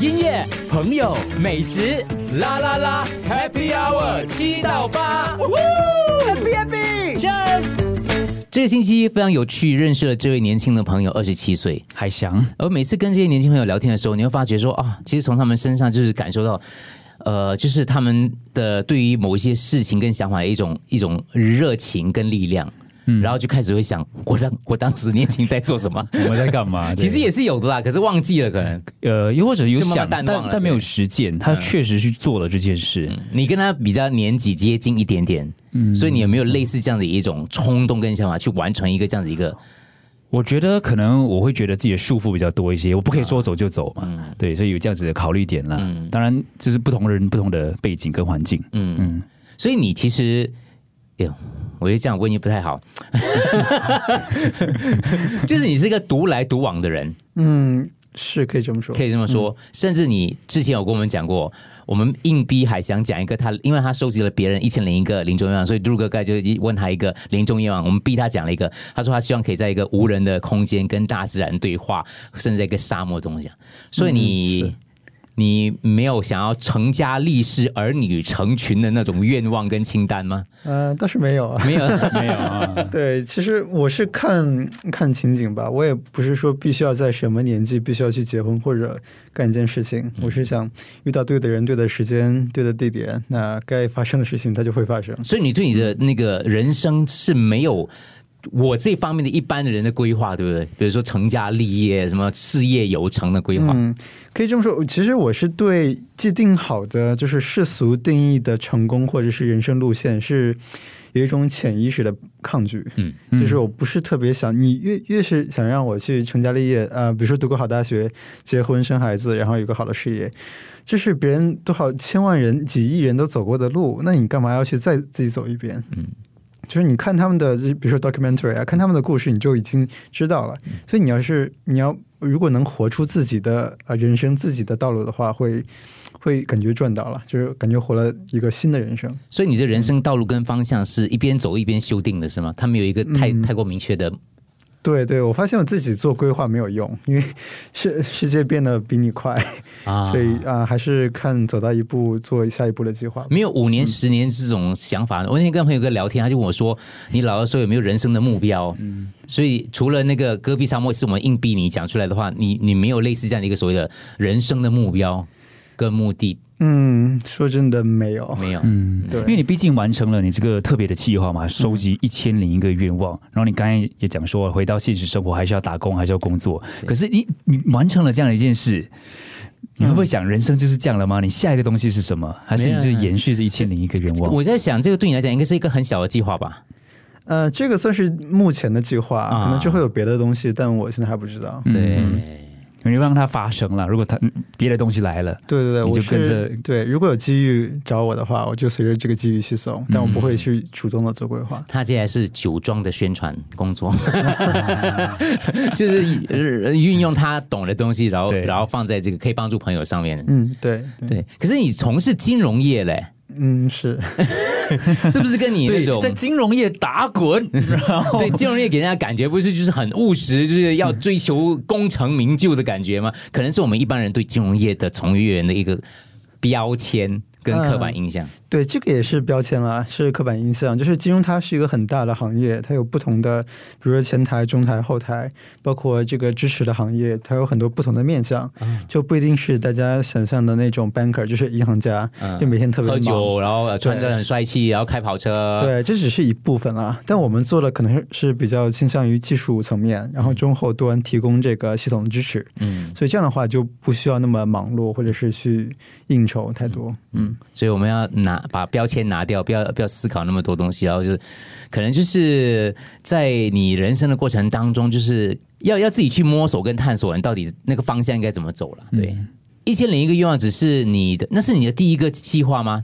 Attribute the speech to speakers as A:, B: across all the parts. A: 音乐、朋友、美食，啦啦啦，Happy Hour 七到八
B: ，Happy Happy。
A: ，Cheers！这个星期非常有趣，认识了这位年轻的朋友，二十七岁。
B: 还想
A: 而每次跟这些年轻朋友聊天的时候，你会发觉说啊，其实从他们身上就是感受到，呃，就是他们的对于某一些事情跟想法的一种一种热情跟力量。然后就开始会想，我当我当时年轻在做什么？
B: 我们在干 嘛？
A: 其实
B: 对
A: 也是有的啦，可是忘记了可能。
B: 呃，又或者有
A: 就慢慢
B: 想，
A: 淡
B: 但
A: 忘了嗯
B: 但没有实践，他确实去做了这件事。
A: 你跟他比较年纪接近一点点，所以你有没有类似这样的一种冲动跟想法去完成一个这样子一个？
B: 我觉得可能我会觉得自己的束缚比较多一些，我不可以说走就走嘛，
A: 嗯
B: 对，所以有这样子的考虑点啦。当然，就是不同人不同的背景跟环境，
A: 嗯所以你其实，哎呦，我觉得这样问也不太好， 就是你是一个独来独往的人，
C: 嗯，是可以这么说
A: 可。以这么说。甚至你之前有跟我们讲过，我们硬逼海翔讲一个他，因为他收集了别人一千零一个临终愿望，所以杜哥盖就问他一个临终愿望，我们逼他讲了一个，他说他希望可以在一个无人的空间跟大自然对话，甚至在一个沙漠中讲。所以你。你没有想要成家立室、儿女成群的那种愿望跟清单吗？
C: 呃，倒是没有啊。
A: 没有，
B: 没有啊，
C: 对，其实我是看看情景吧，我也不是说必须要在什么年纪必须要去结婚或者干一件事情，
A: 嗯
C: 我是想遇到对的人、对的时间、对的地点，那该发生的事情它就会发生。
A: 所以你对你的那个人生是没有我这方面的一般的人的规划，对不对？比如说成家立业、什么事业有成的规划，
C: 嗯，可以这么说。其实我是对既定好的，就是世俗定义的成功或者是人生路线，是有一种潜意识的抗拒。
A: 嗯，
C: 就是我不是特别想，你越越是想让我去成家立业，呃，比如说读个好大学、结婚生孩子，然后有个好的事业，这是别人多少千万人、几亿人都走过的路，那你干嘛要去再自己走一遍？嗯。就是你看他们的，就是比如说 documentary
A: 嗯
C: 啊，看他们的故事，你就已经知道了。所以你要是你要如果能活出自己的啊、呃人生、自己的道路的话，会会感觉赚到了，就是感觉活了一个新的人生。
A: 所以你的人生道路跟方向是一边走一边修订的，是吗？他没有一个太、太过明确的。
C: 对对，我发现我自己做规划没有用，因为世 世界变得比你快，
A: 啊
C: 所以啊、还是看走到一步做下一步的计划吧。
A: 没有五年、十年这种想法。我那天跟朋友哥聊天，他就问我说：“你老了时候有没有人生的目标？”
C: 嗯
A: 所以除了那个戈壁沙漠是我们硬逼你讲出来的话，你你没有类似这样的一个所谓的人生的目标跟目的，
C: 嗯，说真的没有，
A: 没有。
C: 对
B: 因为你毕竟完成了你这个特别的计划嘛，收集一千零一个愿望。然后你刚才也讲说，回到现实生活还是要打工，还是要工作。可是你你完成了这样的一件事，你会不会想人生就是这样了吗？你下一个东西是什么？还是你就
A: 没有
B: 延续这一千零一个愿望？
A: 我在想，这个对你来讲应该是一个很小的计划吧？
C: 呃，这个算是目前的计划，可能之后有别的东西，但我现在还不知道。
A: 啊对，
B: 你就让它发生了。如果它别的东西来了，
C: 对对对，
B: 你
C: 我
B: 就是跟着
C: 对，如果有机遇找我的话，我就随着这个机遇去走，但我不
B: 嗯
C: 会去主动的做规划。
A: 他接下来是酒庄的宣传工 作，就是呃运用他懂的东西，然后
B: 对
A: 然后放在这个可以帮助朋友上面。
C: 嗯，对，对
A: 对，可是你从事金融业 嘞，
C: 嗯，是，
A: 是不是跟你那种
B: 在金融业打滚，然后
A: 对金融业给人家感觉不是就是很务实，就是要追求功成名就的感觉吗？可能是我们一般人对金融业的从业员的一个标签跟刻
C: 嗯
A: 板印象。
C: 对，这个也是标签啦，是刻板印象。就是金融，它是一个很大的行业，它有不同的，比如说前台、中台、后台，包括这个支持的行业，它有很多不同的面向，
B: 啊
C: 就不一定是大家想象的那种 banker，就是银行家，
B: 啊
C: 就每天特别
A: 喝
C: 忙。
A: 酒，然后呃穿着很帅气，然后开跑车，
C: 对，这只是一部分啦，但我们做的可能是比较倾向于技术层面，然后中后端提供这个系统支持，
A: 嗯，
C: 所以这样的话就不需要那么忙碌，或者是去应酬太多。嗯，
A: 所以我们要拿把标签拿掉，不要不要思考那么多东西，然后就是可能就是在你人生的过程当中，就是要要自己去摸索跟探索，你到底那个方向应该怎么走了。对，一千零一个愿望只是你的，那是你的第一个计划吗？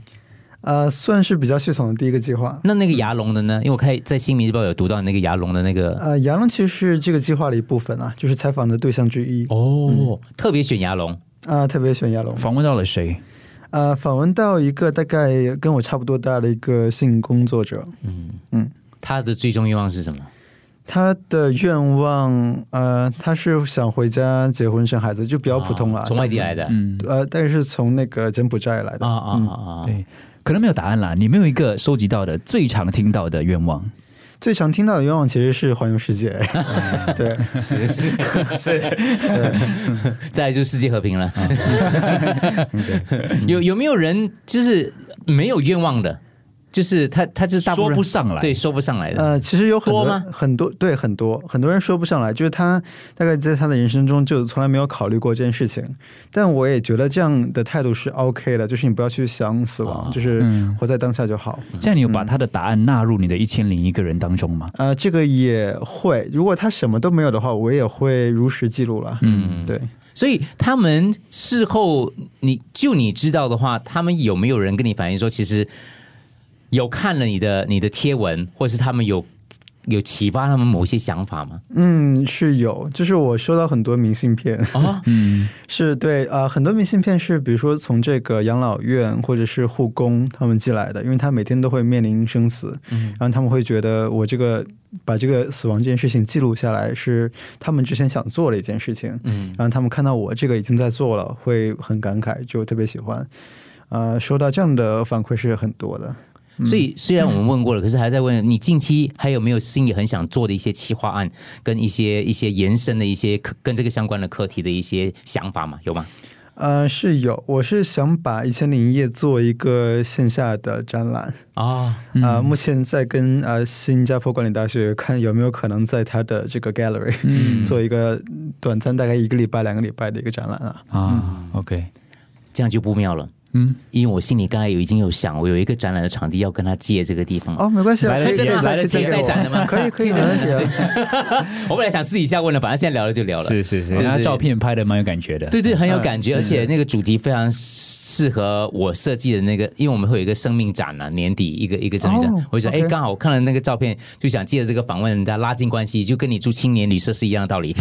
C: 呃，算是比较系统的第一个计划。
A: 那那个牙龙的呢？因为我看在《新民日报》有读到那个牙龙的那个
C: 呃，杨龙其实是这个计划的一部分啊，就是采访的对象之一啊、
A: 哦，特别选牙龙，
C: 特别选杨龙。
B: 访问到了谁？
C: 呃，访问到一个大概跟我差不多大的一个性工作者，
A: 他的最终愿望是什么？
C: 他的愿望，呃，他是想回家结婚生孩子，就比较普通啊了。
A: 啊从外地来的
B: 嗯，
C: 呃，但是从那个柬埔寨来的
A: 啊，啊啊啊！
B: 对，可能没有答案啦。你没有一个收集到的最常听到的愿望，
C: 最常听到的愿望其实是环游世界。 对，
A: 是是是， 再来就世界和平
B: 啊
A: 了。嗯有有没有人就是没有愿望的？就是他他就是大部
B: 说
A: 分
B: 不上来。嗯
A: 对说不上来的。
C: 呃，其实有很
A: 多
C: 多
A: 吗
C: 很多对很多很多人说不上来，就是他大概在他的人生中就从来没有考虑过这件事情。但我也觉得这样的态度是 OK 的，就是你不要去想死亡，
A: 啊
C: 就是
B: 嗯
C: 活在当下就好。
B: 这样你有把他的答案纳入你的一千零一个人当中吗？
C: 呃，这个也会，如果他什么都没有的话，我也会如实记录了。嗯，对，
A: 所以他们事后你就你知道的话，他们有没有人跟你反映说，其实有看了你的你的贴文，或者是他们有有启发他们某些想法 吗？
C: 嗯，是有，就是我收到很多明信片，
A: 啊，
C: 是对啊、呃很多明信片是比如说从这个养老院或者是护工他们寄来的，因为他每天都会面临生死，然后他们会觉得我这个把这个死亡这件事情记录下来是他们之前想做的一件事情，
A: 嗯，
C: 然后他们看到我这个已经在做了，会很感慨，就特别喜欢。呃，收到这样的反馈是很多的。
A: 所以虽然我们问过了，可是还在问你近期还有没有心里很想做的一些企划案，跟一些一些延伸的一些课跟这个相关的课题的一些想法吗？有吗？
C: 呃，是有，我是想把《一千零一夜》做一个线下的展览，
A: 啊、
B: 嗯
C: 啊、目前在跟呃新加坡管理大学看有没有可能在它的这个 gallery、做
B: 嗯
C: 一 个短暂大概一个礼拜、两个礼拜的一个展览啊。
B: 啊，OK，
A: 这样就不妙了。
B: 嗯，
A: 因为我心里刚才有已经有想，我有一个展览的场地要跟他借这个地方。哎
C: 哦，没关系
B: 嗯
C: 啊，
B: 来得
C: 可以
B: 及
C: 可以
B: 啊来
C: 再
B: 得及
C: 再给
A: 再
C: 我
A: 展的吗
C: 可以可以，没问题 啊。
A: 我本来想私底下问了，反正现在聊了就聊了。
B: 是是是，
A: 对
B: 他
A: 对
B: 照片拍的蛮有感觉的。
A: 对对，很有感觉，
C: 嗯
A: 而且那个主题非常适合我设计的那个，因为我们会有一个生命展啊，年底一个一个生命展，
C: 哦
A: 我就想，哎，
C: OK
A: 刚好我看了那个照片，就想借着这个访问人家拉近关系，就跟你住青年旅社是一样的道 理，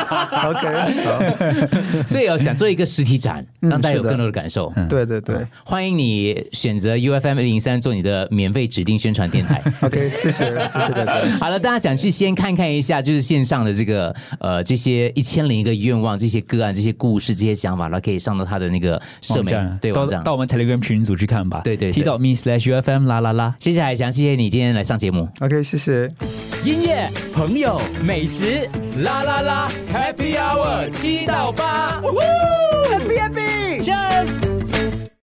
C: OK，好，
A: 所以我想做一个实体展，
C: 嗯
A: 让大家有
C: 是的嗯
A: 更多的感受。
C: 对对对、
A: 欢迎你选择 U F M 零三做你的免费指定宣传电 台。
C: o k 谢谢，谢谢大家。
A: 好了，大家想去先看看一下，就是线上的这个呃这些一千零一个愿望、这些个案、这些故事、这些想法，然后可以上到他的那个社
B: 网
A: 媒
B: 站
A: 对
B: 到
A: 网站
B: 到我们 Telegram 群组去看吧。
A: 对对对
B: 踢到 me slash UFM 啦啦啦。
A: 谢谢海翔，谢谢你今天来上节目。
C: OK，谢谢。
A: 音乐、朋友、美食，啦啦啦，Happy Hour 七到八，Happy Happy，Cheers。